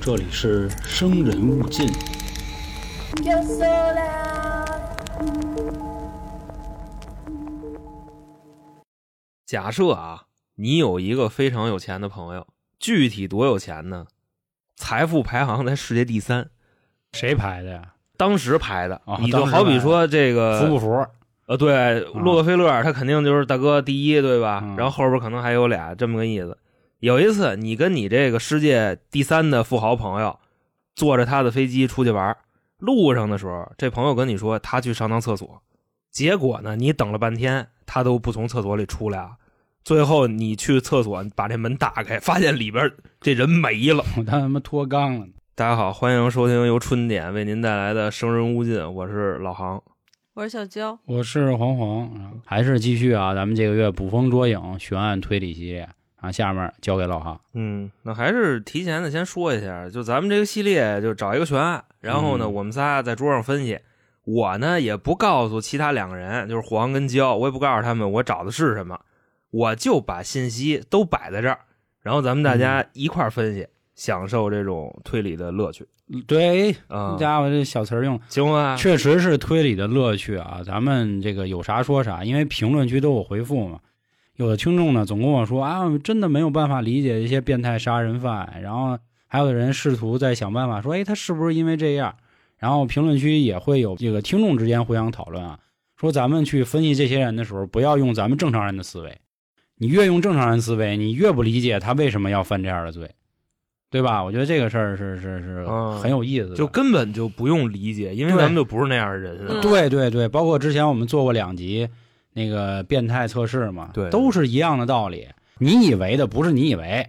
这里是《生人勿进》。 Yo sola, 假设啊，你有一个非常有钱的朋友，具体多有钱呢？财富排行在世界第三，谁排的呀？当时排的。哦你就好比说这个服不服？呃，对，洛克菲勒他肯定就是大哥第一，对吧？嗯然后后边可能还有俩，这么个意思。有一次，你跟你这个世界第三的富豪朋友坐着他的飞机出去玩，路上的时候，这朋友跟你说他去上趟厕所，结果呢，你等了半天，他都不从厕所里出来啊。最后你去厕所把这门打开，发现里边这人没了。我他妈脱肛了呢！大家好，欢迎收听由春点为您带来的《生人勿近》，我是老航。我是小娇，我是黄黄，然后还是继续啊，咱们这个月捕风捉影悬案推理系列啊，下面交给老哈。嗯，那还是提前的先说一下，就咱们这个系列就找一个悬案，然后呢，嗯我们仨在桌上分析。我呢也不告诉其他两个人，就是黄跟焦，我也不告诉他们我找的是什么，我就把信息都摆在这儿，然后咱们大嗯家一块儿分析，享受这种推理的乐趣嗯对，啊、家伙这小词儿用行吧？确实是推理的乐趣啊！咱们这个有啥说啥，因为评论区都有回复嘛。有的听众呢总跟我说啊，真的没有办法理解一些变态杀人犯，然后还有的人试图在想办法说，哎，他是不是因为这样？然后评论区也会有这个听众之间互相讨论啊，说咱们去分析这些人的时候，不要用咱们正常人的思维，你越用正常人思维，你越不理解他为什么要犯这样的罪，对吧？我觉得这个事儿是是是嗯很有意思的，就根本就不用理解，因为对咱们就不是那样的人啊。嗯对对对，包括之前我们做过两集那个变态测试嘛，对都是一样的道理。你以为的不是你以为，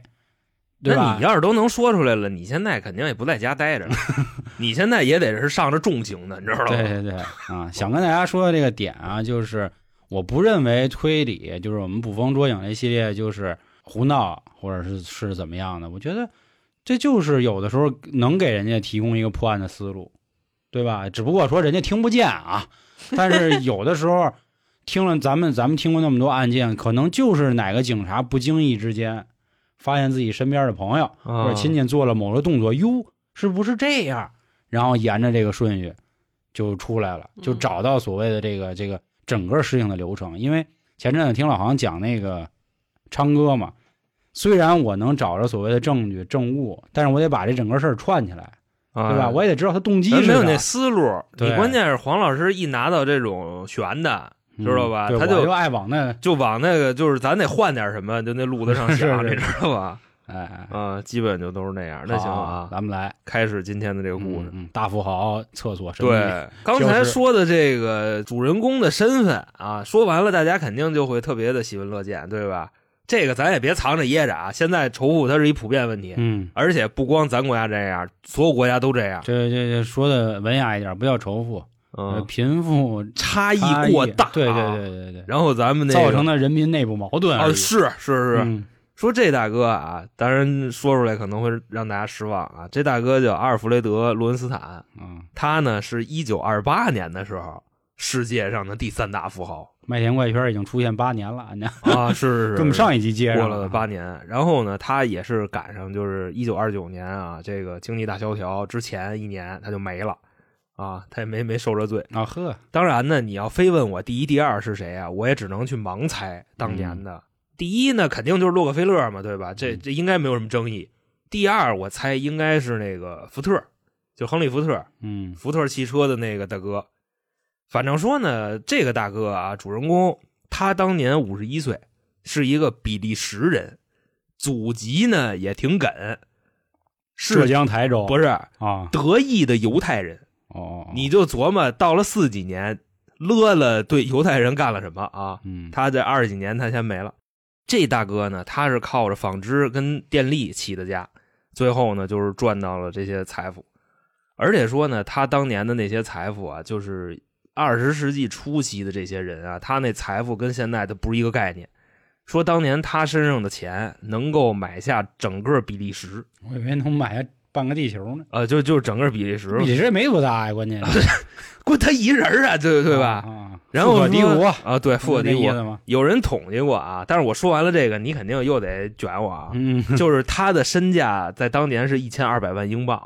对那吧你？要是都能说出来了，你现在肯定也不在家待 着，你现在也得是上着重刑的，你知道吗？对对对啊，想跟大家说的这个点啊，就是我不认为推理就是我们捕风捉影这系列就是胡闹或者是是怎么样的，我觉得这就是有的时候能给人家提供一个破案的思路，对吧？只不过说人家听不见啊，但是 有的时候听了咱们咱们听过那么多案件，可能就是哪个警察不经意之间发现自己身边的朋友啊或者亲戚做了某个动作，哟，是不是这样？然后沿着这个顺序就出来了，就嗯找到所谓的这个这个整个事情的流程。因为前阵子听老航讲那个昌哥嘛，虽然我能找着所谓的证据证物，但是我得把这整个事儿串起来，对吧？啊我也得知道他动机咱是没有啥那思路。对你关键是黄老师一拿到这种悬的，嗯知道吧对他我就就爱往那就往那个就是咱得换点什么，就那路子上想， 是你知道吧？哎，啊，基本就都是那样。那行好啊，咱们来开始今天的这个故嗯事。嗯，大富豪厕所神秘对，刚才说的这个主人公的身份啊，说完了，大家肯定就会特别的喜闻乐见，对吧？这个咱也别藏着掖着啊，现在仇富它是一普遍问题，嗯，而且不光咱国家这样，所有国家都这样。这这这说的文雅一点，不叫仇富，呃嗯，贫富差异差过大，啊对对。对对对，然后咱们那个造成的人民内部矛盾啊，而已是是是，嗯说这大哥啊，当然说出来可能会让大家失望啊。这大哥叫阿尔弗雷德·罗恩斯坦，嗯，他呢是一九二八年的时候世界上的第三大富 豪麦田怪圈已经出现八年了，你啊，是是是，跟我们上一集接过上了八年。然后呢，他也是赶上就是一九二九年啊，这个经济大萧条之前一年他就没了啊，他也没没受着罪。啊呵，当然呢，你要非问我第一、第二是谁啊，我也只能去盲猜当年的。第一呢，肯定就是洛克菲勒嘛，对吧？这嗯这应该没有什么争议。第二，我猜应该是那个福特，就亨利·福特，嗯福特汽车的那个大哥。反正说呢，这个大哥啊，主人公他当年五十一岁，是一个比利时人，祖籍呢也挺梗，浙是江台州不是是啊？德意的犹太人？哦，你就琢磨到了四几年，勒了对犹太人干了什么啊？嗯他这二十几年他先没了。这大哥呢，他是靠着纺织跟电力起的家，最后呢就是赚到了这些财富，而且说呢，他当年的那些财富啊，就是二十世纪初期的这些人啊，他那财富跟现在的不是一个概念。说当年他身上的钱能够买下整个比利时，我以为能买下半个地球呢。呃，就就整个比利 时，比利 时也没多大呀，关键是关他一人儿啊， 对对吧？啊啊然后富说可敌国，啊，对，富可敌那意国。思吗？有人统计过啊，但是我说完了这个，你肯定又得卷我啊。嗯， 就是他的身价在当年是一千二百万英镑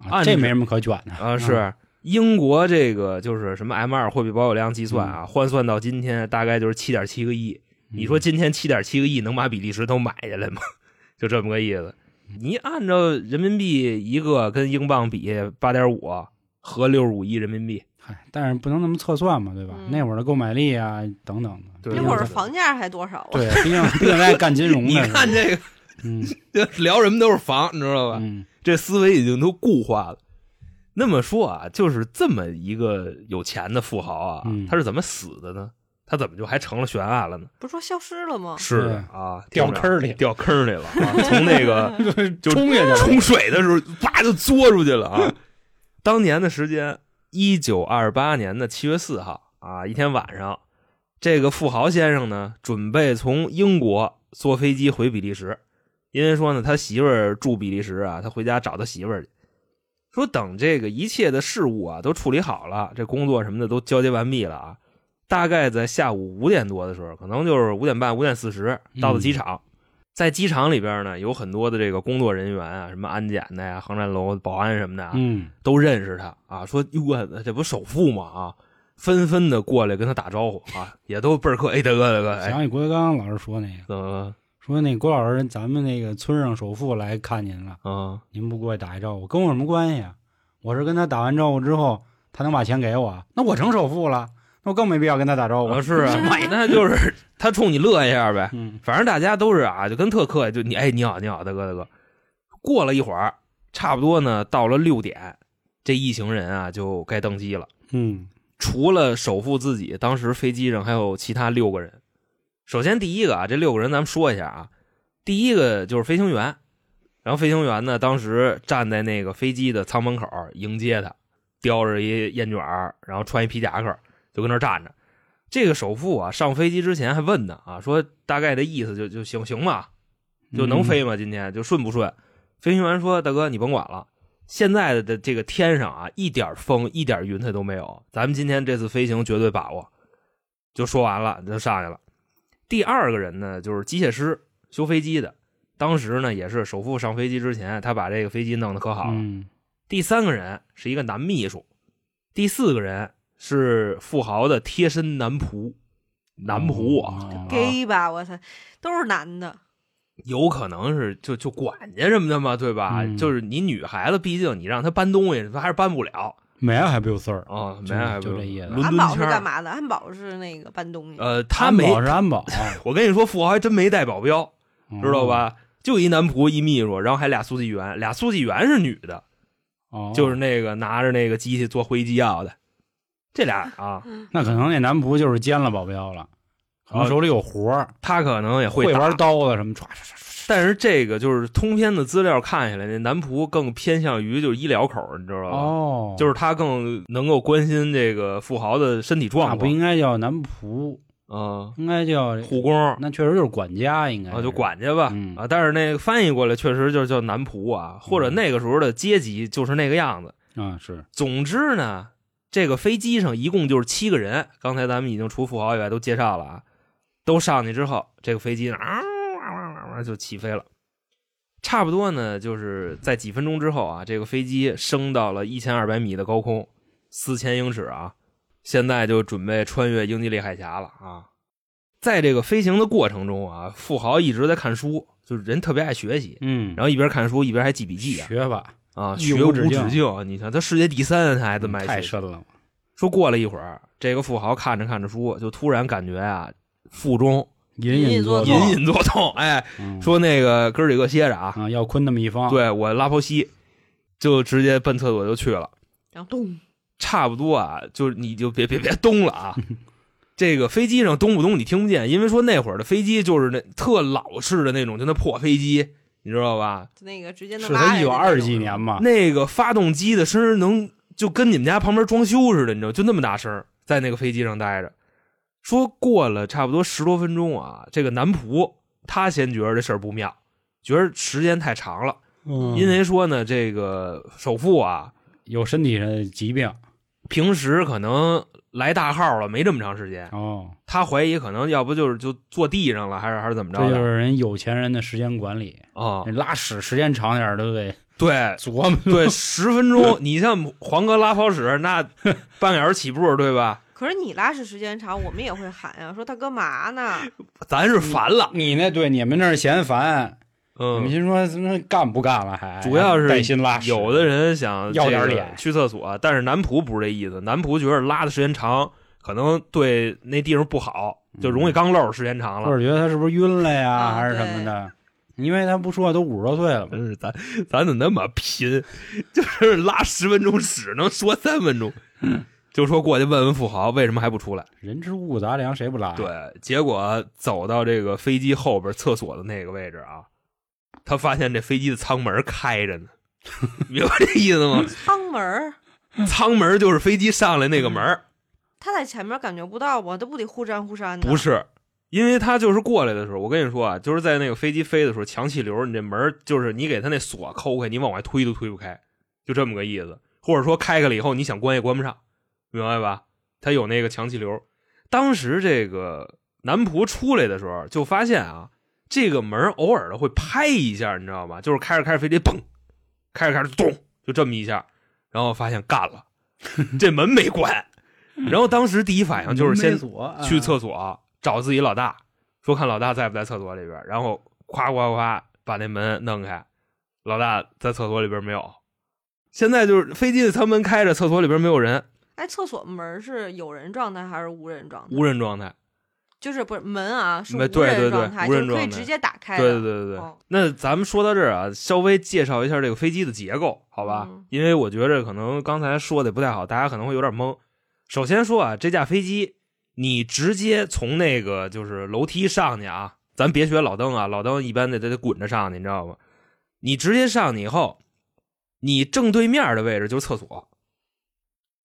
啊按 这着没什么可卷的啊，是英国这个就是什么 M 二货币保有量计算嗯啊，换算到今天大概就是七点七个亿。你说今天七点七个亿能把比利时都买下来吗？就这么个意思。你按照人民币一个跟英镑比八点五，合六十五亿人民币。嗨，但是不能那么测算嘛，对吧？嗯那会儿的购买力啊，等等的。对毕竟那会儿房价还多少啊？对，毕竟毕竟在干金融哦 的你是吧，看这个嗯 聊什么都是房，你知道吧？嗯，这思维已经都固化了。那么说啊，就是这么一个有钱的富豪啊，嗯他是怎么死的呢？他怎么就还成了悬案了呢？不是说消失了吗？是对啊，掉听着坑儿里了掉坑儿里了 啊！从那个就冲下去了，冲水的时候，叭就嘬出去了啊！当年的时间，一九二八年的七月四号啊，一天晚上，这个富豪先生呢，准备从英国坐飞机回比利时，因为说呢，他媳妇儿住比利时啊，他回家找他媳妇儿去。说等这个一切的事务啊都处理好了，这工作什么的都交接完毕了啊，大概在下午五点多的时候，可能就是五点半、五点四十到了机场。在机场里边呢，有很多的这个工作人员啊，什么安检的呀、航站楼保安什么的啊，嗯，都认识他啊，说哟呵，这不首富嘛啊，纷纷的过来跟他打招呼啊，也都倍儿客，哎大哥大哥，哎想起郭德纲老师说那个，怎么了说那郭老师，咱们那个村上首富来看您了，啊？您不过去打一招呼，跟我有什么关系啊？我是跟他打完招呼之后，他能把钱给我，那我成首富了，那我更没必要跟他打招呼。我是啊，那就是他冲你乐一下呗，嗯反正大家都是啊，就跟特客气，就你哎你好你好大哥大哥。过了一会儿，差不多呢到了六点，这一行人啊就该登机了。嗯除了首富自己，当时飞机上还有其他六个人。首先第一个啊，这六个人咱们说一下啊，第一个就是飞行员，然后飞行员呢，当时站在那个飞机的舱门口迎接他，叼着一烟卷儿，然后穿一皮夹克，就跟那儿站着。这个首富啊，上飞机之前还问呢啊，说大概的意思就就行行吧，就嗯能飞吗？今天就顺不顺？飞行员说：“大哥，你甭管了，现在的这个天上啊，一点风、一点云彩都没有，咱们今天这次飞行绝对把握。”就说完了，就上去了。第二个人呢，就是机械师，修飞机的。当时呢，也是首富上飞机之前，他把这个飞机弄得可好了。嗯第三个人是一个男秘书，第四个人是富豪的贴身男仆，男仆啊哦， gay 吧，我操，都是男的，有可能是就就管家什么的嘛，对吧？嗯就是你女孩子，毕竟你让她搬东西，她还是搬不了没有还不有事儿，啊。没就还就这意思伦安敦保圈是干儿，嘛的？安保是那个搬东西。呃，他安没，保是 安保，我跟你说，富豪还真没带保镖，嗯知道？吧？就一男仆，一秘书，然后还俩速记员，俩速记员是女的，哦，就是那个拿着那个机器做灰机药的，这俩啊，嗯那可能那男仆就是奸了保镖了，可能啊手里有活儿，他可能也会打玩刀子什么，唰唰唰但是这个就是通篇的资料看下来，那男仆更偏向于就是医疗口儿，你知道吧？哦，就是他更能够关心这个富豪的身体那状不况应该叫男仆，啊，应该叫护工啊，那确实就是管家，应该是哦就管家吧哎嗯嗯啊。但是那个翻译过来确实就是叫男仆啊，或者那个时候的阶级就是那个样子。啊，是总之呢，这个飞机上一共就是七个人，刚才咱们已经除富豪以外都介绍了啊，都上去之后，这个飞机啊啊啊啊就起飞了。差不多呢，就是在几分钟之后啊，这个飞机升到了一千二百米的高空，四千英尺啊，现在就准备穿越英吉利海峡了啊。在这个飞行的过程中啊，富豪一直在看书，就是人特别爱学习，嗯，然后一边看书一边还记笔记啊，学吧，啊，一学无无止止境嗯境啊。你看他世界第三，他还这么爱太学。深了，说过了一会儿，这个富豪看着看着书，就突然感觉啊，腹中隐隐作作痛痛隐隐作痛。哎，嗯说那个哥儿几个歇着啊，啊，要坤那么一方，，对我拉泡稀，就直接奔厕所就去了。然后咚，差不多啊，就是你就别别别东了 啊。这个飞机上咚不咚你听不见，因为说那会儿的飞机就是那特老式的那种，就那破飞机，你知道吧？那个直接能是拉下他来一九的那二种几年吧，那个发动机的声儿能就跟你们家旁边装修似的，你知道，就那么大声儿，在那个飞机上待着。说过了差不多十多分钟啊，这个男仆他先觉得这事儿不妙，觉得时间太长了，嗯因为说呢，这个首富啊，有身体上的疾病平时可能来大号了没这么长时间，哦，他怀疑可能要不就是就坐地上了，还是还是怎么这着就的是哎人有钱人的时间管理，啊、你拉屎时间长点儿 都得对 琢磨。对，十分钟，你像黄哥拉泡屎那半个小时起步，对吧？可是你拉屎时间长，我们也会喊呀，说大哥嘛呢？咱是烦了，你那对你们那儿嫌烦，你们嗯。心说那干不干了还？主要是带薪拉屎，有的人想要点这个脸去厕所，但是男仆不是这意思，男仆觉得拉的时间长，可能对那地方不好，就容易肛瘘时间长了嗯或。者觉得他是不是晕了呀，啊还是什么的？因为他不说都五十多岁了嘛，真是咱咱怎么那么拼？就是拉十分钟屎能说三分钟，就说过去问问富豪为什么还不出来。人吃五谷杂粮，谁不拉？，对，结果走到这个飞机后边厕所的那个位置啊，他发现这飞机的舱门开着呢， 明白这意思吗？舱门儿，舱门就是飞机上来那个门儿，他在前面感觉不到吗？这不得忽闪忽闪的？不，是。因为他就是过来的时候，我跟你说啊，就是在那个飞机飞的时候，强气流，你这门儿就是你给他那锁抠开，你往外推都推不开，就这么个意思。或者说开开了以后，你想关也关不上，明白吧？他有那个强气流。当时这个男仆出来的时候，就发现啊，这个门偶尔的会拍一下，你知道吗？就是开着开着飞机，砰，开着开着咚，就这么一下，然后发现干了，这门没关。然后当时第一反应就是先嗯去厕所找自己老大，说看老大在不在厕所里边，然后夸夸夸把那门弄开，老大在厕所里边没有。现在就是飞机的舱门开着，厕所里边没有人，哎，厕所门儿是有人状态还是无人状态？无人状态。就是不是门啊，是无没对对对人状态，无人就是可以状态直接打开的。对对对对对哦。那咱们说到这儿啊，稍微介绍一下这个飞机的结构，好吧？嗯因为我觉着可能刚才说的不太好，大家可能会有点懵。首先说啊，这架飞机你直接从那个就是楼梯上去啊，咱别学老登啊，老登一般得得得滚着上去，你知道吗？你直接上去以后，你正对面的位置就是厕所，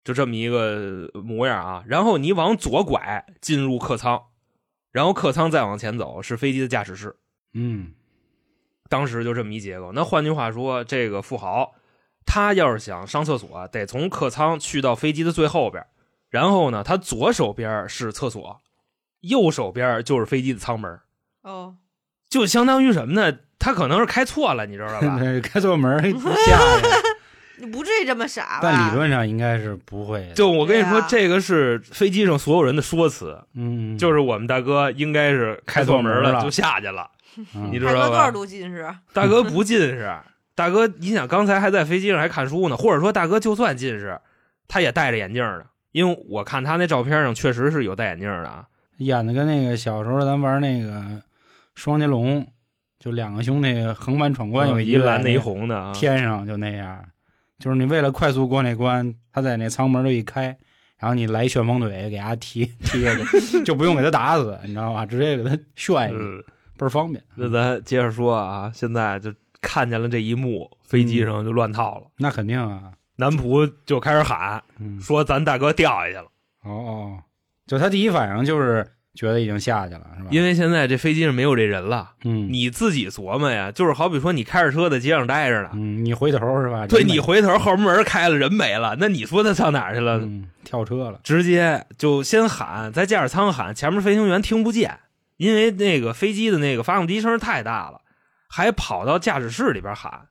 就这么一个呃模样啊。然后你往左拐进入客舱，然后客舱再往前走是飞机的驾驶室。嗯，当时就这么一结构。那换句话说，这个富豪他要是想上厕所，得从客舱去到飞机的最后边，然后呢，他左手边是厕所，右手边就是飞机的舱门，哦，就相当于什么呢？他可能是开错了，你知道吧？ 对开 错门儿下去，你不至于这么傻吧？但理论上应该是不会的。就我跟你说，对啊这个是飞机上所有人的说辞，嗯，就是我们大哥应该是开错门开错门了就下去了，嗯你知大哥道多少吧？度近视？啊大哥不近视，大哥，你想刚才还在飞机上还看书呢，或者说大哥就算近视，他也戴着眼镜呢，因为我看他那照片上确实是有戴眼镜的啊。演的跟那个小时候咱玩那个双截龙，就两个兄弟横版闯关，有嗯一蓝在的一红的啊，天上就那样，就是你为了快速过那关，他在那舱门就一开，然后你来一旋风腿给他踢踢下去， 就不用给他打死，你知道吧？直接给他炫一下，嗯，倍儿方便。那咱接着说啊，现在就看见了这一幕，飞嗯机上就乱套了，那肯定啊，男仆就开始喊嗯，说咱大哥掉下去了，哦哦，就他第一反应就是觉得已经下去了，是吧？因为现在这飞机上没有这人了，嗯，你自己琢磨呀，就是好比说你开着车在街上待着呢。嗯，你回头是吧？对人没你回头后门开了人没了，那你说他上哪儿去了？嗯跳车了，直接就先喊，在驾驶舱喊，前面飞行员听不见，因为那个飞机的那个发动机声太大了，还跑到驾驶室里边喊，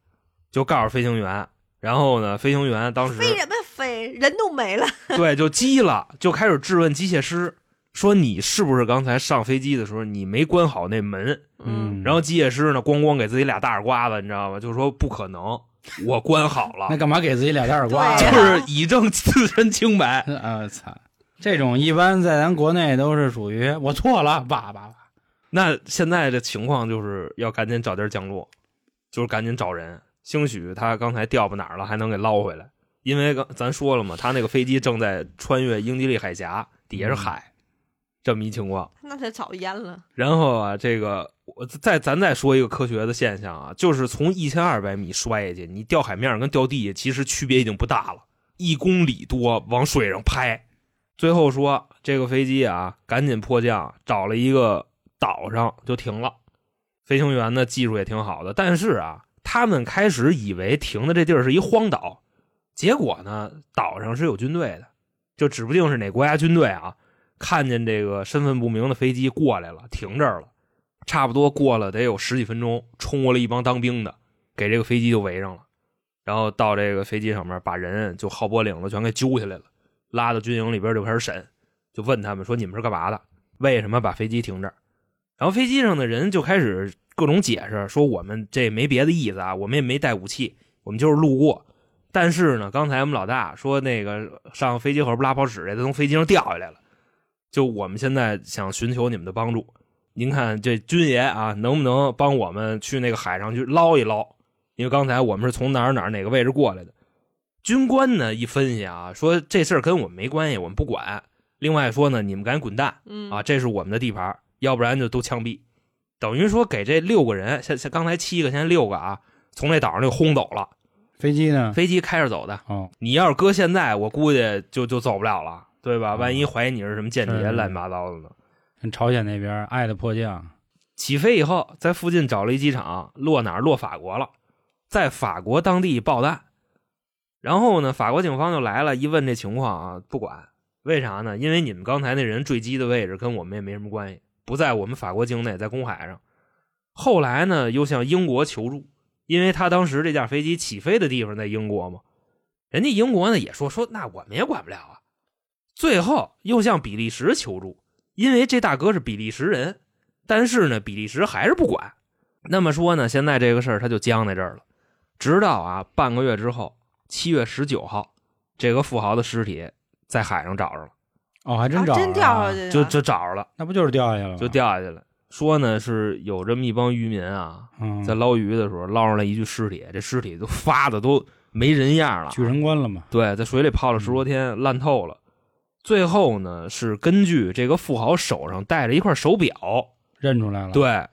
就告诉飞行员。然后呢，飞行员当时飞什么飞？人都没了。 对就急了，就开始质问机械师，说你是不是刚才上飞机的时候你没关好那门？嗯，然后机械师呢，咣咣给自己俩大耳刮子，你知道吗？就说不可能，我关好了那，干嘛给自己俩大耳刮子 对就呀？是以证自身清白。 啊，操！这种一般在咱国内都是属于我错了，叭叭叭。那现在的情况就是要赶紧找地儿降落，就是赶紧找人，兴许他刚才掉不哪儿了，还能给捞回来。因为刚咱说了嘛，他那个飞机正在穿越英吉利海峡，底下是海，这么一情况。那他早淹了。然后啊，这个我再咱再说一个科学的现象啊，就是从一千二百米摔下去，你掉海面上跟掉地下其实区别已经不大了，一公里多往水上拍。最后说这个飞机啊，赶紧迫降，找了一个岛上就停了。飞行员呢技术也挺好的，但是啊，他们开始以为停的这地儿是一荒岛，结果呢，岛上是有军队的，就指不定是哪国家军队啊，看见这个身份不明的飞机过来了，停这儿了，差不多过了得有十几分钟，冲过来一帮当兵的，给这个飞机就围上了，然后到这个飞机上面把人就浩脖领子全给揪下来了，拉到军营里边就开始审，就问他们说你们是干嘛的？为什么把飞机停这儿？然后飞机上的人就开始各种解释，说我们这没别的意思啊，我们也没带武器，我们就是路过。但是呢，刚才我们老大说那个上飞机盒不拉泡屎去，他从飞机上掉下来了。就我们现在想寻求你们的帮助，您看这军爷啊，能不能帮我们去那个海上去捞一捞？因为刚才我们是从哪儿哪儿哪个位置过来的。军官呢一分析啊，说这事儿跟我们没关系，我们不管。另外说呢，你们赶紧滚蛋，嗯啊，，这是我们的地盘儿，要不然就都枪毙。等于说给这六个人，像像刚才七个，现在六个啊，从这岛上就轰走了。飞机呢？飞机开着走的，哦，你要是搁现在，我估计就就走不了了，对吧？嗯万一怀疑你是什么间谍，是乱七八糟的呢。跟朝鲜那边爱的迫降，起飞以后，在附近找了一机场，落哪儿？落法国了，在法国当地爆弹。然后呢，法国警方就来了，一问这情况啊，不管为啥呢？因为你们刚才那人坠机的位置跟我们也没什么关系，不在我们法国境内，在公海上。后来呢，又向英国求助，因为他当时这架飞机起飞的地方在英国嘛，人家英国呢也说说那我们也管不了啊。最后又向比利时求助，因为这大哥是比利时人，但是呢，比利时还是不管。那么说呢，现在这个事儿他就僵在这儿了，直到啊半个月之后，七月十九号，这个富豪的尸体在海上找着了，哦，还啊真找、真掉下，去就了，就找着了，那不就是掉下去了吗？就掉下去了。说呢是有这么一帮渔民啊，嗯，在捞鱼的时候捞上来一具尸体，这尸体都发的都没人样了，巨人观了嘛？对，在水里泡了十多天，烂透了。最后呢，是根据这个富豪手上戴着一块手表，认出来了，，对，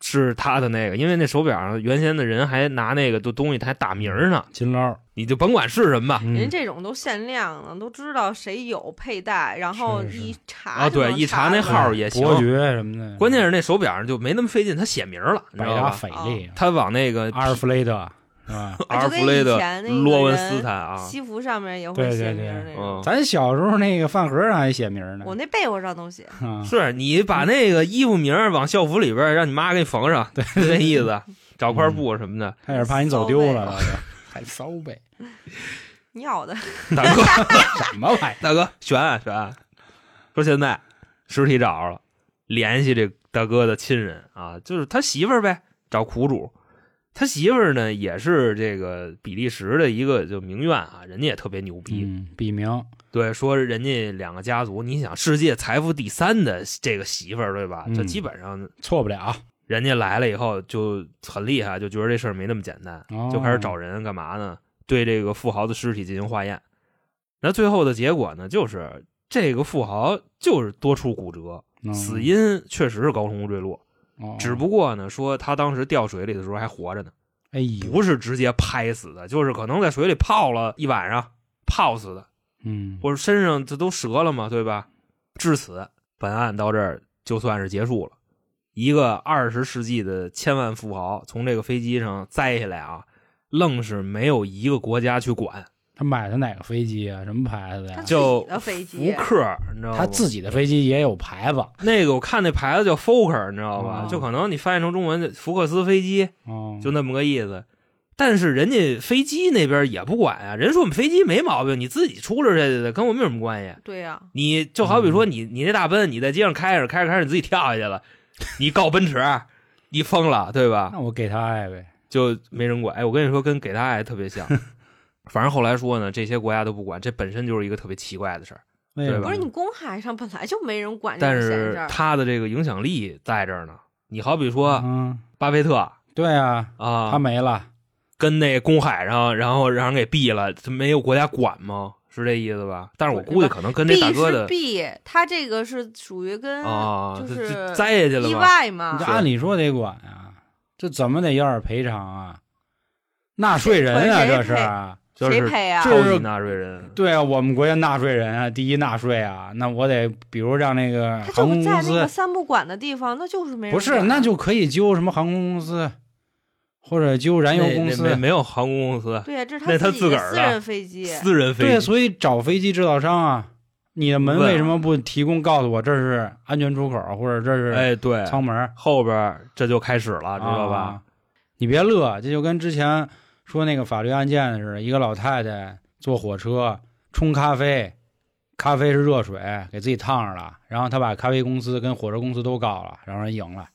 是他的那个，因为那手表上原先的人还拿那个都东西还打名儿呢，金捞，你就甭管是什么吧。嗯人家这种都限量的，都知道谁有佩戴，然后是是一查啊，就能对，一查出那来号儿也行。伯爵什么的，关键是那手表上就没那么费劲，他写名儿了，你百知道达吧？哦翡丽、他往那个阿尔弗雷德，是吧？阿尔就跟弗雷德以前、那个洛文人斯坦啊，西服上面也会对对写名儿对那种。嗯，咱小时候那个饭盒上还写名呢，我那被窝上都写，啊是你把那个衣服名儿往校服里边儿让你妈给你缝上，对，那意思，找块布什 么的。开始怕你走丢了，老是还骚呗？尿的。大哥， 什么 玩意？ 大哥，悬案悬案，说现在尸体找着了，联系这大哥的亲人啊，就是他媳妇儿呗，找苦主。他媳妇儿呢，也是这个比利时的一个就名媛啊，人家也特别牛逼。嗯，笔名，对，说人家两个家族，你想世界财富第三的这个媳妇儿，对吧？嗯这基本上错不了，人家来了以后就很厉害，就觉得这事儿没那么简单。哦就开始找人干嘛呢？对这个富豪的尸体进行化验。那最后的结果呢，就是这个富豪就是多处骨折，嗯死因确实是高空坠落，哦只不过呢说他当时掉水里的时候还活着呢，哎呦，不是直接拍死的，就是可能在水里泡了一晚上泡死的，嗯，或者身上这都折了嘛，对吧？至此，本案到这儿就算是结束了。一个二十世纪的千万富豪从这个飞机上栽下来啊，愣是没有一个国家去管，他买的哪个飞机啊？什么牌子呀他？自嗯就己的飞福机，克尔，你知道吗？他自己的飞机也有牌子，那个我看那牌子叫 Fokker，你知道吧？哦就可能你翻译成中文，福克斯飞机哦，就那么个意思。但是人家飞机那边也不管呀、人说我们飞机没毛病，你自己出溜去的，跟我们有什么关系？啊对啊呀、你就好比说你你那大奔，你在街上开着开着开着你自己跳下去了，你告奔驰，你疯了对吧？哦那我给他爱呗，就没人管。哎，我跟你说，跟给他爱特别像。反正后来说呢，这些国家都不管，这本身就是一个特别奇怪的事儿。为什对吧么不是你公海上本来就没人管嗯这但种闲是事儿，他的这个影响力在这儿呢。你好比说嗯，巴菲特对啊，他啊，没了，跟那公海上，然后让人给毙了，这没有国家管吗？是这意思吧？但是我估计可能跟这大哥的 B 是 B，他这个是属于跟啊，就这是这栽下去了意吧？外你嘛这，是按理说得管啊，这怎么得要点赔偿啊？纳税人啊，谁这是谁啊就谁是赔啊？超级纳税人，对啊，我们国家纳税人啊，第一纳税啊，那我得比如让那个他航就空是在公那个司三不管的地方，那就是没人不是，管那就可以揪什么航空公司，或者就燃油那公那司没没有航空公司，对呀，这是那他他己自个的儿私的人飞机，私人飞对，机所以找飞机制造商啊，你的门问啊为什么不提供告诉我这是安全出口，或者这是哎，对，舱门儿，后边儿这就开始了，知道吧啊？？你别乐，这就跟之前说那个法律案件似的，一个老太太坐火车冲咖啡，咖啡是热水，给自己烫着了，然后她把咖啡公司跟火车公司都告了，然后人赢了。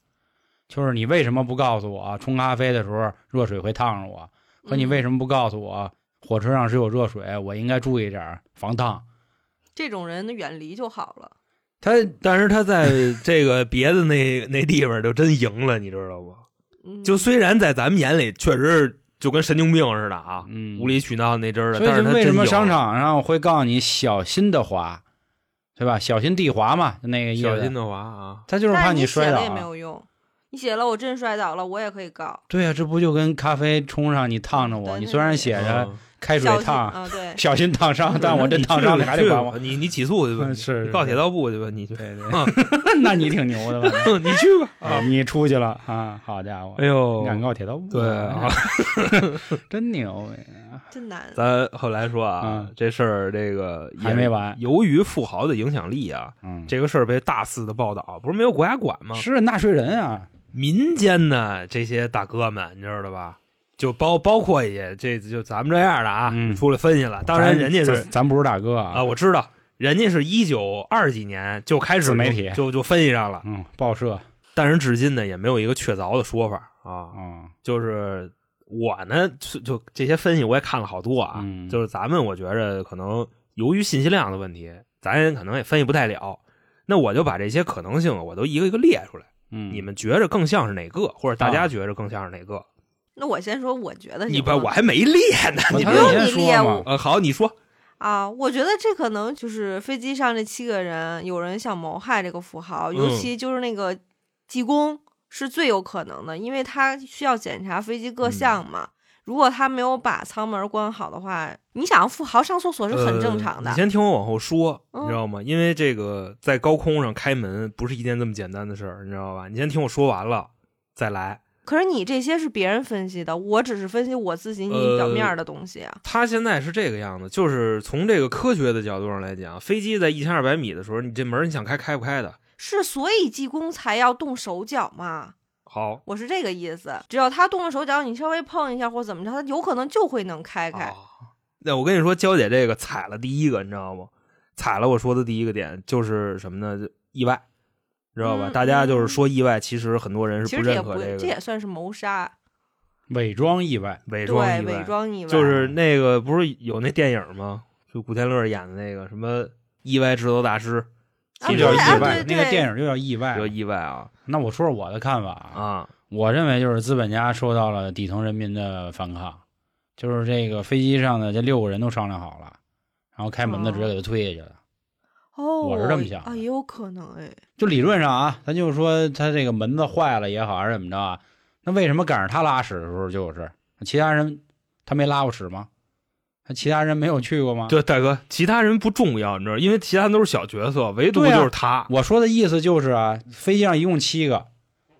就是你为什么不告诉我冲咖啡的时候热水会烫着我？和你嗯为什么不告诉我火车上是有热水，我应该注意点儿防烫？这种人远离就好了。他，但是他 在这个别的那那地方就真赢了，你知道吗？嗯就虽然在咱们眼里确实是就跟神经病似的啊，嗯，无理取闹那阵儿的，所以但是就他为真什么赢了商场上会告诉你小心的滑，对吧？小心地滑嘛，就那个意思。小心的娃啊，他就是但怕是你摔写倒了也没啊。有用，你写了我真摔倒了，我也可以告。对啊，这不就跟咖啡冲上你烫着我，对你那虽然个写着嗯开水小心烫，啊， 对，小心烫伤，但我真烫伤了还得管我。你你起诉去 吧，嗯你是你告是铁道部去吧，你去，对啊 对， 那你挺牛的吧？你去 吧。啊，你出去了啊！好家伙哎，呦，敢告铁道部？对啊，真牛哎！真难。咱后来说啊嗯，这事儿这个也还没完由于富豪的影响力啊，嗯，这个事儿被大肆的报道，不是没有国家管吗？是纳税人啊，民间呢，这些大哥们，你知道吧？就包包括也这就咱们这样的啊，嗯出来分析了。当然，咱人家是咱咱不是大哥啊啊，我知道，人家是一九二几年就开始自媒体就就分析上了，嗯，报社但是至今呢也没有一个确凿的说法啊。啊，就是我呢，就就这些分析我也看了好多啊，嗯就是咱们我觉着可能由于信息量的问题，咱也可能也分析不太了。那我就把这些可能性啊我都一个一个列出来。嗯，你们觉着更像是哪个，或者大啊家觉着更像是哪个？那我先说，我觉得你行把吗我还没列呢，我你才不用你先你说猎嘛物呃好，你说啊，我觉得这可能就是飞机上这七个人，有人想谋害这个富豪，尤嗯其就是那个济公是最有可能的，因为他需要检查飞机各嗯项嘛。如果他没有把舱门关好的话，你想富豪上厕所是很正常的。呃你先听我往后说，嗯你知道吗？因为这个在高空上开门不是一件这么简单的事儿，你知道吧？你先听我说完了再来。可是你这些是别人分析的，我只是分析我自己你呃表面儿的东西啊。它现在是这个样子，就是从这个科学的角度上来讲，飞机在一千二百米的时候，你这门你想开开不开的？是所以济公才要动手脚嘛，好，我是这个意思。只要他动了手脚，你稍微碰一下或怎么着，他有可能就会能开开。哦那我跟你说，娇姐这个踩了第一个，你知道吗？踩了我说的第一个点就是什么呢？就意外，知道吧？嗯大家就是说意外，其实很多人是其实这也认不可这这个也算是谋杀，伪装意外，伪装对，意伪外。装意外，就是那个不是有那电影吗？就古天乐演的那个什么意外制作大师，啊其就实叫叫对意意外，外对，那个电影就叫意外叫。意外啊那我说说我的看法啊，啊！我认为就是资本家受到了底层人民的反抗，就是这个飞机上的这六个人都商量好了，然后开门的直接给他推下去了。哦，我是这么想的啊，也有可能哎，就理论上啊，咱就说他这个门子坏了也好，还是怎么着啊？那为什么赶上他拉屎的时候就有事儿？其他人他没拉过屎吗？他其他人没有去过吗？对，大哥，其他人不重要，你知道，因为其他人都是小角色，唯独对啊就是他。我说的意思就是啊，飞机上一共七个，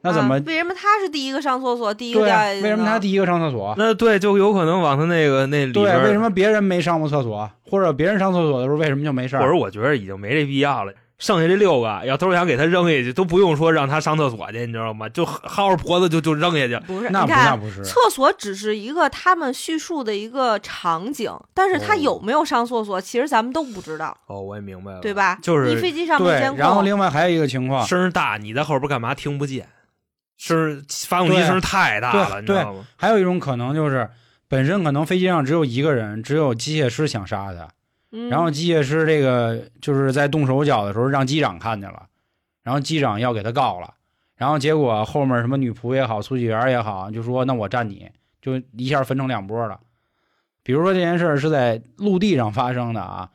那怎么、啊为什么他是第一个上厕所，第一个对啊？掉下去为的呢？什么他第一个上厕所？那对，就有可能往他那个那里边对，儿，为什么别人没上过厕所，或者别人上厕所的时候为什么就没事或儿者？我觉得已经没这必要了。剩下这六个，要都是想给他扔下去，都不用说让他上厕所去，你知道吗？就薅着脖子就就扔下去。不是？那你不那看。不是，厕所只是一个他们叙述的一个场景，但是他哦有没有上厕所，其实咱们都不知道，哦，我也明白了，对？吧？就是你飞机上没对监。然后控，另外还有一个情况，声儿大，你在后边干嘛听不见？声儿发动机对声儿太大了，对你知道吗？还有一种可能就是，本身可能飞机上只有一个人，只有机械师想杀他，嗯然后机械师这个就是在动手脚的时候让机长看见了，然后机长要给他告了，然后结果后面什么女仆也好，速记员也好，就说那我站你，就一下分成两波了。比如说这件事儿是在陆地上发生的啊，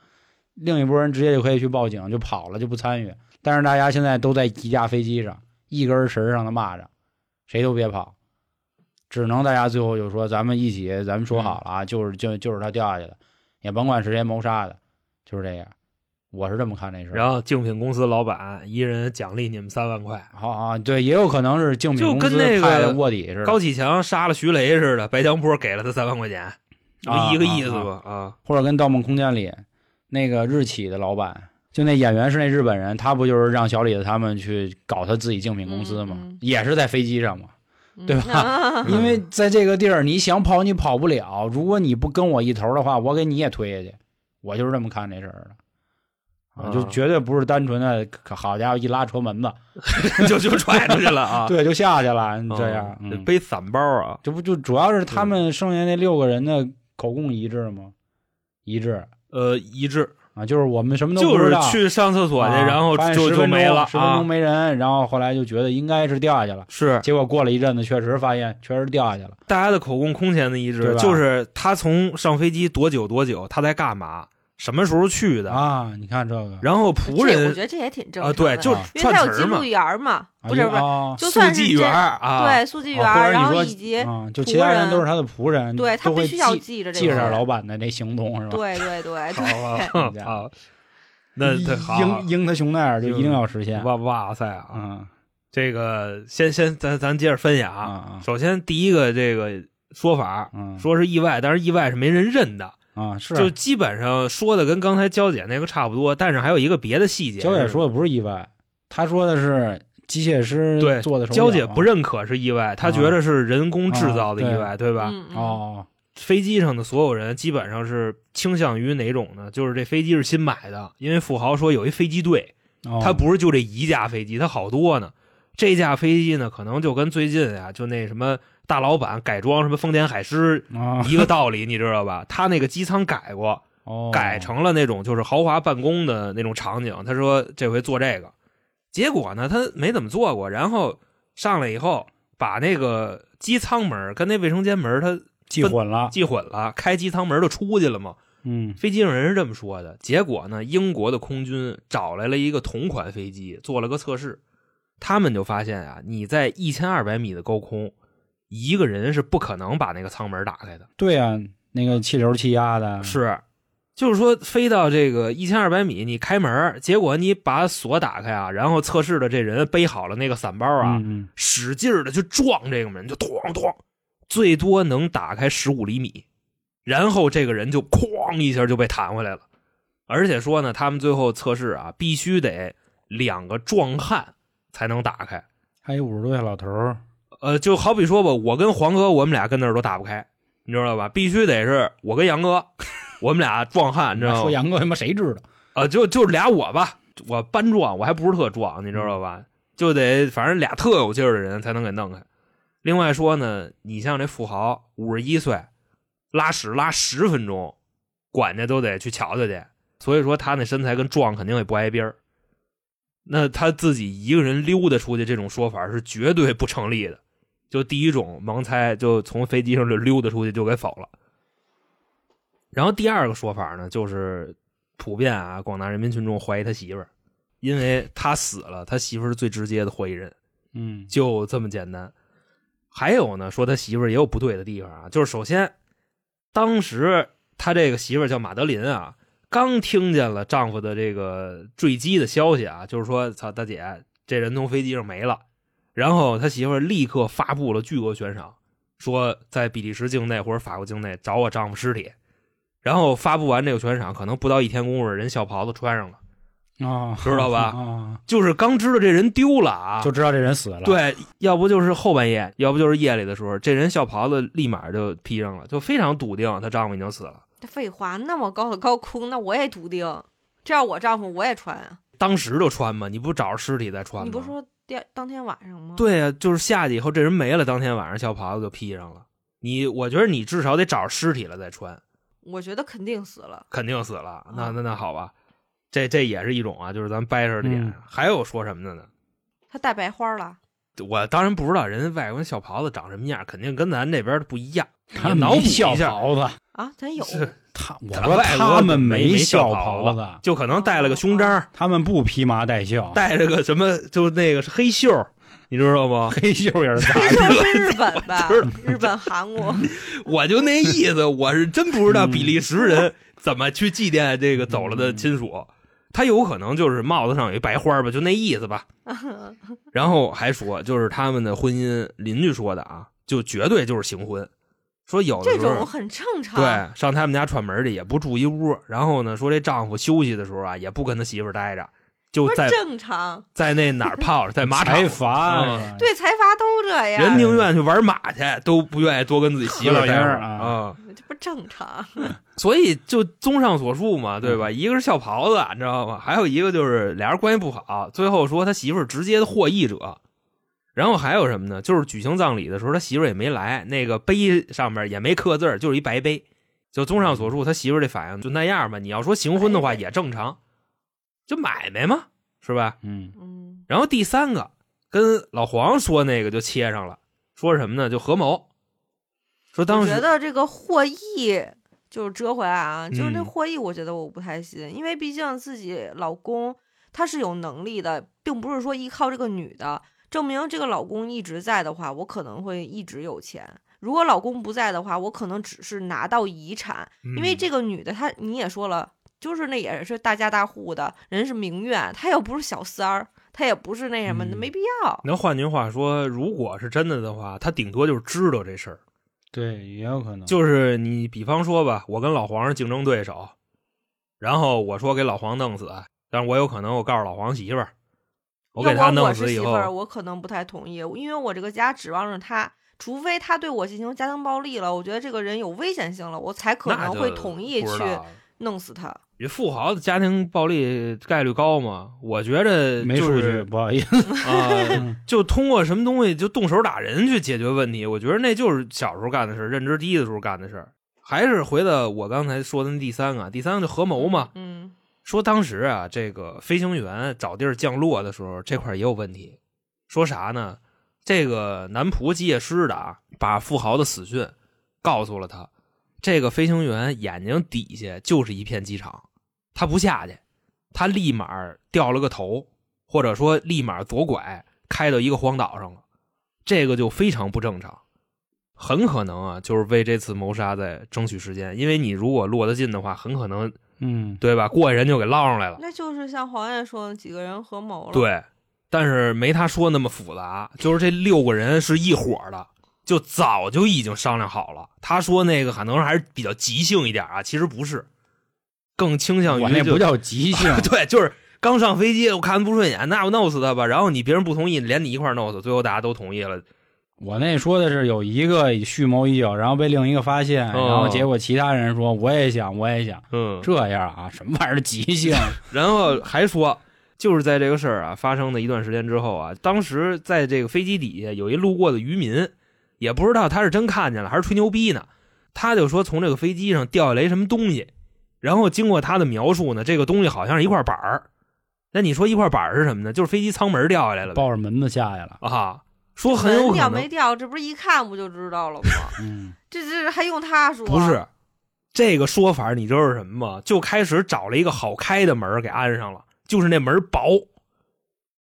另一波人直接就可以去报警，就跑了，就不参与。但是大家现在都在一架飞机上，一根绳儿上的蚂蚱，谁都别跑，只能大家最后就说咱们一起，咱们说好了啊，就是就就是他掉下去的，也甭管是谁谋杀的，就是这样。我是这么看这事儿。然后竞品公司老板一人奖励你们三万块。好啊，对，也有可能是竞品就公跟司那个派的卧底似的，高启强杀了徐雷似的，白江波给了他三万块钱，这啊不一个意思啊吗？啊，或者跟《盗梦空间》里那个日企的老板，就那演员是那日本人，他不就是让小李子他们去搞他自己竞品公司吗？嗯嗯也是在飞机上嘛。嗯对 吧因为在这个地儿，你想跑你跑不了，如果你不跟我一头的话，我给你也推下去。我就是这么看这事儿的，啊，就啊绝对不是单纯的，可好家伙，一拉车门子，就就踹出去了啊。对，就下去了，嗯，这样，嗯背伞包啊，这不就主要是他们剩下那六个人的口供一致吗？一致呃，一致啊，就是我们什么都就不知是道，去上厕所去，啊然后发现就10就分没钟了十分啊钟。没人，然后后来就觉得应该是掉下去了，是结果过了一阵子，确实发现确实掉下去了。大家的口供空前的一致对，吧就是他从上飞机多久多久，他在干嘛，什么时候去的，啊，你看这个然后仆这我人觉得这也挺正呃啊，常的。对，就是因为它串有词儿记嘛录，员儿嘛，啊不是就不是，啊就速算是记员这儿啊，对速记员啊或者儿，你然后说以及啊，就仆其他人人都是他的仆人，对他都会必须要记记着这记个事着儿。老板的那行动是吧？对对对好 对，啊对好， 那太好了英，英特熊奈尔就一定要实现。哇哇塞啊，嗯这个先先咱咱接着分析啊啊，啊首先第一个这个说法嗯说是意外，但是意外是没人认的。啊是就基本上说的跟刚才娇姐那个差不多，但是还有一个别的细节。焦姐说的不是意外，他说的是机械师对做的手娇脚姐嘛不认可是意外，她觉得是人工制造的意外，啊对吧？嗯，嗯哦飞机上的所有人基本上是倾向于哪种呢？就是这飞机是新买的，因为富豪说有一飞机队，哦他不是就这一架飞机，他好多呢。这架飞机呢，可能就跟最近啊，就那什么大老板改装什么丰田海狮啊一个道理，你知道吧？他那个机舱改过，哦改成了那种就是豪华办公的那种场景。他说这回做这个，结果呢他没怎么做过，然后上来以后把那个机舱门跟那卫生间门他记混了，记混了，开机舱门就出去了嘛。嗯飞机上人是这么说的。结果呢，英国的空军找来了一个同款飞机做了个测试，他们就发现啊，你在一千二百米的高空。一个人是不可能把那个舱门打开的，对啊，那个气流气压的是，就是说飞到这个一千二百米，你开门儿，结果你把锁打开啊，然后测试的这人背好了那个伞包啊，嗯使劲的去撞这个门，就咚咚，最多能打开十五厘米，然后这个人就哐一下就被弹回来了。而且说呢，他们最后测试啊，必须得两个壮汉才能打开。还有五十多岁老头儿呃，就好比说吧，我跟黄哥，我们俩跟那儿都打不开，你知道吧？必须得是我跟杨哥，我们俩壮汉，你知道吗？说杨哥他妈谁知道？啊，就就俩我吧，我搬壮，我还不是特壮，你知道吧？就得反正俩特有劲儿的人才能给弄开。另外说呢，你像这富豪五十一岁，拉屎拉十分钟，管家都得去瞧瞧去。所以说他那身材跟壮肯定也不挨边儿。那他自己一个人溜达出去，这种说法是绝对不成立的。就第一种盲猜，就从飞机上就溜达出去就给否了。然后第二个说法呢，就是普遍啊，广大人民群众怀疑他媳妇儿，因为他死了，他媳妇儿是最直接的怀疑人，嗯就这么简单。还有呢，说他媳妇儿也有不对的地方啊，就是首先，当时他这个媳妇儿叫马德琳啊，刚听见了丈夫的这个坠机的消息啊，就是说，操大姐，这人从飞机上没了，然后他媳妇儿立刻发布了巨额悬赏，说在比利时境内或者法国境内找我丈夫尸体。然后发布完这个悬赏，可能不到一天功夫，人小袍子穿上了，啊，知道吧啊，就是刚知道这人丢了啊，就知道这人死了。，对，要不就是后半夜，要不就是夜里的时候，这人小袍子立马就披上了，就非常笃定她丈夫已经死了。废话，那么高的高空，那我也笃定，这要我丈夫我也穿啊。当时就穿嘛，你不找着尸体再穿吗？你不说第二当天晚上吗？，对啊，就是下去以后这人没了，当天晚上小袍子就披上了。你，我觉得你至少得找着尸体了再穿，我觉得肯定死了。肯定死啊了。那那那好吧，这这也是一种啊，就是咱掰扯点。嗯还有说什么的呢？他戴白花了，我当然不知道人家外国人小袍子长什么样，肯定跟咱这边的不一样。他脑补没一小下，袍子，啊，咱有是他我他说外国他们没没小小袍袍子，就可能戴了个胸章，他们不披麻戴孝，戴着个什么，就那个是黑袖，你知道吗？黑袖也是这他。就是日本 吧知？日本、韩国， 我就那 嗯意思，我是真不知道比利时人怎么去祭奠这个走了的亲属。他有可能就是帽子上有一白花儿吧，就那意思 吧。然后还说，就是他们的婚姻，邻居说的啊，就绝对就是行婚。说有的这时候种很正常。对，上他们家串门去也不住一屋，然后呢，说这丈夫休息的时候啊，也不跟他媳妇儿待着，就不是在嗯正常，在那哪儿泡着，在马场财。阀嗯呀，对财阀都这样，人宁愿去玩马去，都不愿意多跟自己媳妇儿待会喝老儿烟儿啊啊、这不正常。所以就综上所述嘛，对嗯吧？一个是校袍子，你知道吗？还有一个就是俩人关系不好，最后说他媳妇儿直接的获益者。然后还有什么呢？就是举行葬礼的时候，他媳妇儿也没来，那个碑上面也没刻字儿，就是一白碑。就综上所述，他媳妇儿这反应就那样吧。你要说行婚的话也正常，就买卖嘛，是吧？嗯，嗯，然后第三个跟老黄说那个就切上了，说什么呢？就合谋，说当我时觉得这个获益就是折回来啊，就是那嗯获益，我觉得我不太信，因为毕竟自己老公他是有能力的，并不是说依靠这个女的。证明这个老公一直在的话，我可能会一直有钱；如果老公不在的话，我可能只是拿到遗产，嗯因为这个女的她你也说了，就是那也是大家大户的人是名媛，她又不是小三儿，她也不是那什么的，嗯没必要。那换句话说，如果是真的的话，他顶多就是知道这事儿。对，也有可能，就是你比方说吧，我跟老黄是竞争对手，然后我说给老黄弄死，但是我有可能我告诉老黄媳妇儿，我给要他我弄我是死以媳妇后，儿，我可能不太同意，因为我这个家指望着她，除非她对我进行家庭暴力了，我觉得这个人有危险性了，我才可那能就会同意不去知道了弄死她。你富豪的家庭暴力概率高吗？我觉着没就数是据， 不好 意思，啊、就通过什么东西就动手打人去解决问题，我觉得那就是小时候干的事儿，认知低的时候干的事儿。还是回到我刚才说的那第三个，第三个就合谋嘛。嗯，说当时啊，这个飞行员找地儿降落的时候，这块儿也有问题。说啥呢？这个南浦机械师的啊，把富豪的死讯告诉了他。这个飞行员眼睛底下就是一片机场，他不下去，他立马掉了个头，或者说立马左拐开到一个荒岛上了，这个就非常不正常。很可能啊，就是为这次谋杀在争取时间，因为你如果落得近的话，很可能嗯，对吧？过去人就给捞上来了。那就是像黄爷说的，几个人合谋了。，对，但是没他说那么复杂，就是这六个人是一伙儿的，就早就已经商量好了。他说那个可能还是比较即兴一点啊，其实不是，更倾向于我那就，不叫即兴 对，就是刚上飞机我看不顺眼，那我弄死他吧。然后你别人不同意，连你一块儿弄死，最后大家都同意了。我那说的是有一个蓄谋已久，然后被另一个发现，哦然后结果其他人说我也想，我也想，嗯，这样啊，什么玩意儿即 兴？然后还说，就是在这个事儿啊发生的一段时间之后啊，当时在这个飞机底下有一路过的渔民，也不知道他是真看见了还是吹牛逼呢，他就说从这个飞机上掉下来什么东西，然后经过他的描述呢，这个东西好像是一块板儿。那你说一块板儿是什么呢？就是飞机舱门掉下来了呗抱着门子下去了，啊，说很有可掉没能掉，这不是一看不就知道了吗？ 嗯，这这还用他说？啊不是这个说法，你知道是什么吗？就开始找了一个好开的门儿给安上了，就是那门儿薄。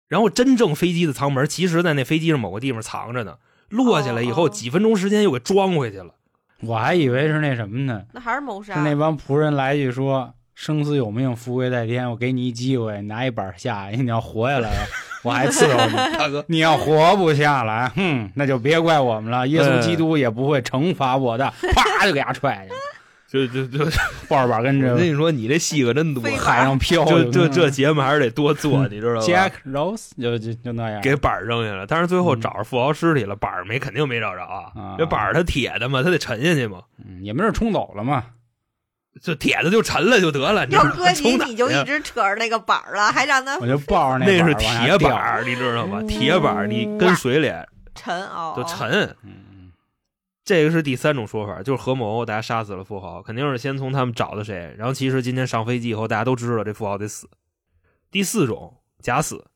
然后真正飞机的舱门，其实在那飞机上某个地方藏着呢。落下来以哦后，哦几分钟时间又给装回去了。我还以为是那什么呢，那还是谋是杀。那帮仆人来一句说生死有命，富贵在天，我给你一机会，拿一板儿下，你要活下来了，我还伺 候你。大哥，你要活不下来，哼，那就别怪我们了。耶稣基督也不会惩罚我的，啪就给他踹下就去，就 就，抱着板跟我跟着你说，你这戏可真多。废话海上飘。嗯就就这节目还是得多做， 你知道吧 Jack？Rose 就就就那样，给板儿扔下来，但是最后嗯找着富豪尸体了，板儿没肯定没找着啊啊。这板儿它铁的嘛，它得沉下去嘛，嗯也没准冲走了嘛。就铁的就沉了就得了。你知 要道吗搁你，冲哪你就去啊一直扯着那个板儿了，还 让它我就抱着那板是儿往下铁板掉，嗯儿，你知道吗？铁板儿你跟水里沉哦，就沉。嗯，这个是第三种说法，就是合谋，大家杀死了富豪，肯定是先从他们找的谁。然后其实今天上飞机以后，大家都知道这富豪得死。第四种假死，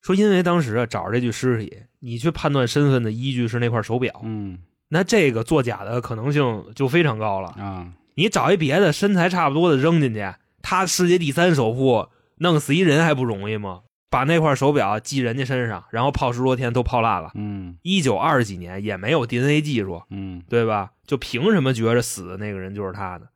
说因为当时啊找着这具尸体，你去判断身份的依据是那块手表，嗯那这个作假的可能性就非常高了。啊，你找一别的身材差不多的扔进去，他世界第三首富弄死一人还不容易吗？把那块手表系人家身上，然后泡十多天都泡烂了。嗯一九二几年也没有 DNA 技术，嗯，对吧？就凭什么觉着死的那个人就是他呢？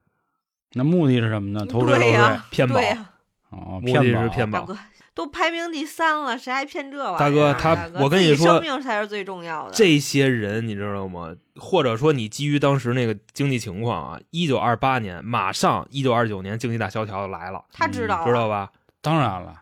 那目的是什么呢？偷税漏税对呀，骗保对呀，哦，目的骗是保骗大保。哥都排名第三了，谁还骗这玩意儿啊？大哥他大我跟你自己说生命才是最重要的。这些人你知道吗？或者说你基于当时那个经济情况啊，一九二八年马上一九二九年经济大萧条就来了，他嗯知道、啊知道吧？当然了，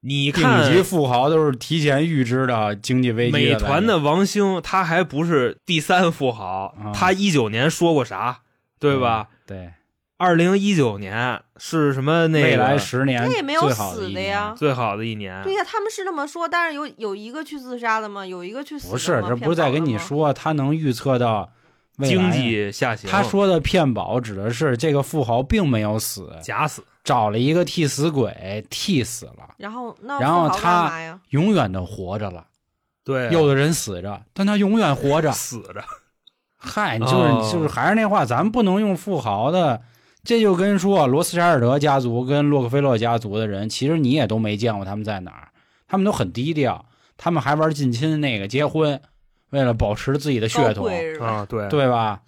你顶看级富豪都是提前预知的经济危机美的团的王兴，他还不是第三富豪啊，他一九年说过啥，对吧？？嗯对，二零一九年是什么那个未来十年他也没有最嗯好死一的年呀。最好的一年对，呀、他们是这么说，但是有有一个去自杀的吗？有一个去死的不是，吗这不是在跟你，说他能预测到未经来济下行，他说的骗保指的是这个富豪并没有死，假死，找了一个替死鬼替死了，骗保了吗然后那然后富豪他干嘛呀？永远的活着了。对，啊有的人死着，但他永远 活着。死着，嗨，就哦是、就是还是那话，咱们不能用富豪的，这就跟说啊罗斯柴尔德家族跟洛克菲勒家族的人，其实你也都没见过他们在哪儿，他们都很低调，他们还玩近亲那个结婚，为了保持自己的血高统，贵是吧？。啊，对，对吧？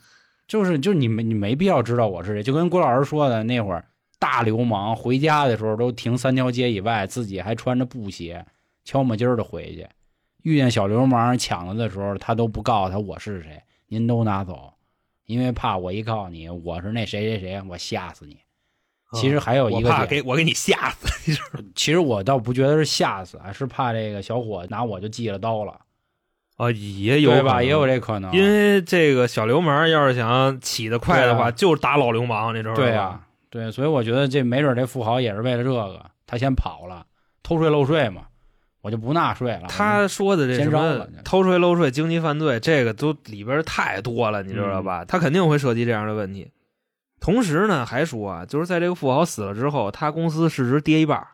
就是就你没你没必要知道我是谁，就跟郭老师说的那会儿，大流氓回家的时候都停三条街以外，自己还穿着布鞋，悄么劲儿的回去。遇见小流氓抢了的时候，他都不告诉他我是谁，您都拿走，因为怕我一告诉你我是那谁谁谁，我吓死你。其实还有嗯一我个怕点给我给你吓 死，你知道吗其实我倒不觉得是吓死啊，是怕这个小伙子拿我就记了刀了，啊，也有对可吧？能也有。这可能，因为这个小流氓要是想起得快的对话，啊就是打老流氓，你知道吗？对啊，对，所以我觉得这没准这富豪也是为了这个，他先跑了，偷税漏税嘛，我就不纳税了。他说的这啊先什招么了这偷税漏税、经济犯罪，这个都里边太多了，你知嗯道吧？他肯定会涉及这样的问题。同时呢，还说啊，就是在这个富豪死了之后，他公司市值跌一半儿，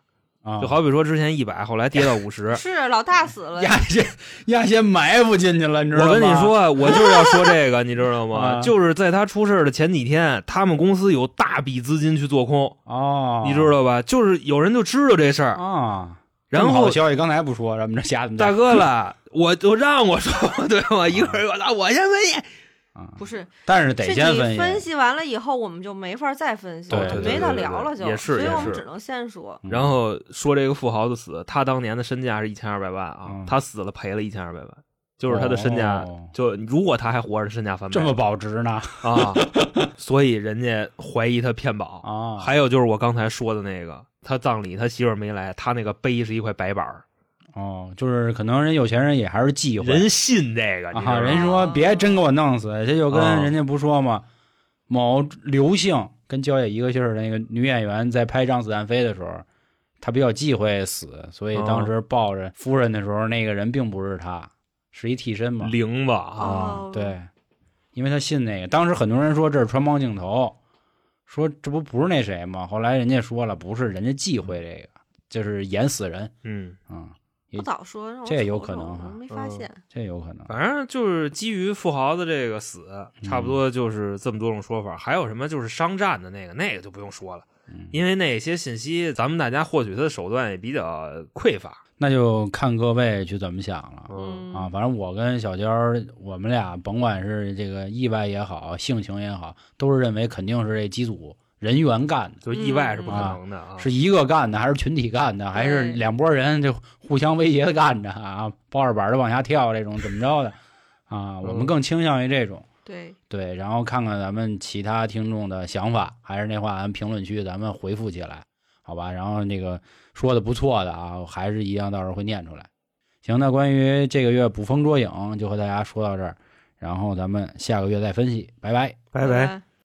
啊，就好比说之前一百，后来 跌到五十是老大死了，压先压先埋伏进去了，你知道吗？我跟你，说啊，我就是要说这个， 你知道吗？啊就是在他出事儿的前几天，他们公司有大笔资金去做空，哦，你知道吧？就是有人就知道这事儿，啊？这然么好后的消息刚才不说，咱们这瞎大哥了，我就让我说 对吧？一会儿我那我先问你，啊，不是？但是得是先你分分析完了以后，我们就没法再分析了，对就对没对得对聊了就，也是所以也我们是只能先说。嗯然后说这个富豪的死，他当年的身价是一千二百万啊，嗯他死了赔了一千二百万，就是他的身价，哦就如果他还活着，身价翻倍这么保值呢啊， 所以人家怀疑他骗保。啊，还有就是我刚才说的那个，他葬礼他媳妇儿没来，他那个碑是一块白板儿，哦，就是可能人有钱人也还是忌讳人信这个，你知道吗？啊，人说别真给我弄死，这啊就跟人家不说嘛，某刘姓跟焦野一个姓儿的那个女演员在拍《让子弹飞》的时候，她比较忌讳死，所以当时抱着夫人的时候，那个人并不是她，是一替身嘛。灵吧啊，哦啊，对，因为他信那个，当时很多人说这是穿帮镜头，说这不不是那谁吗？后来人家说了，不是，人家忌讳这个，就是演死人嗯，啊、我早说，让我这也有瞅可瞅能啊嗯我哈没发现。这有可能。反正就是基于富豪的这个死，差不多就是这么多种说法。还有什么就是商战的那个，那个就不用说了，嗯因为那些信息咱们大家获取它的手段也比较匮乏。那就看各位去怎么想了。嗯，啊，反正我跟小娇儿，我们俩甭管是这个意外也好，性情也好，都是认为肯定是这机组人员干的，就意外是不可能的啊。是一个干的，还是群体干的，还是对两拨人就互相威胁的干的啊，抱着板儿的往下跳这种怎 么着的啊，我们嗯更倾向于这种。对，对，然后看看咱们其他听众的想法，还是那话，咱评论区咱们回复起来，好吧？然后那个说的不错的啊，还是一样，到时候会念出来。行，那关于这个月捕风捉影就和大家说到这儿，然后咱们下个月再分析，拜拜。拜拜。拜。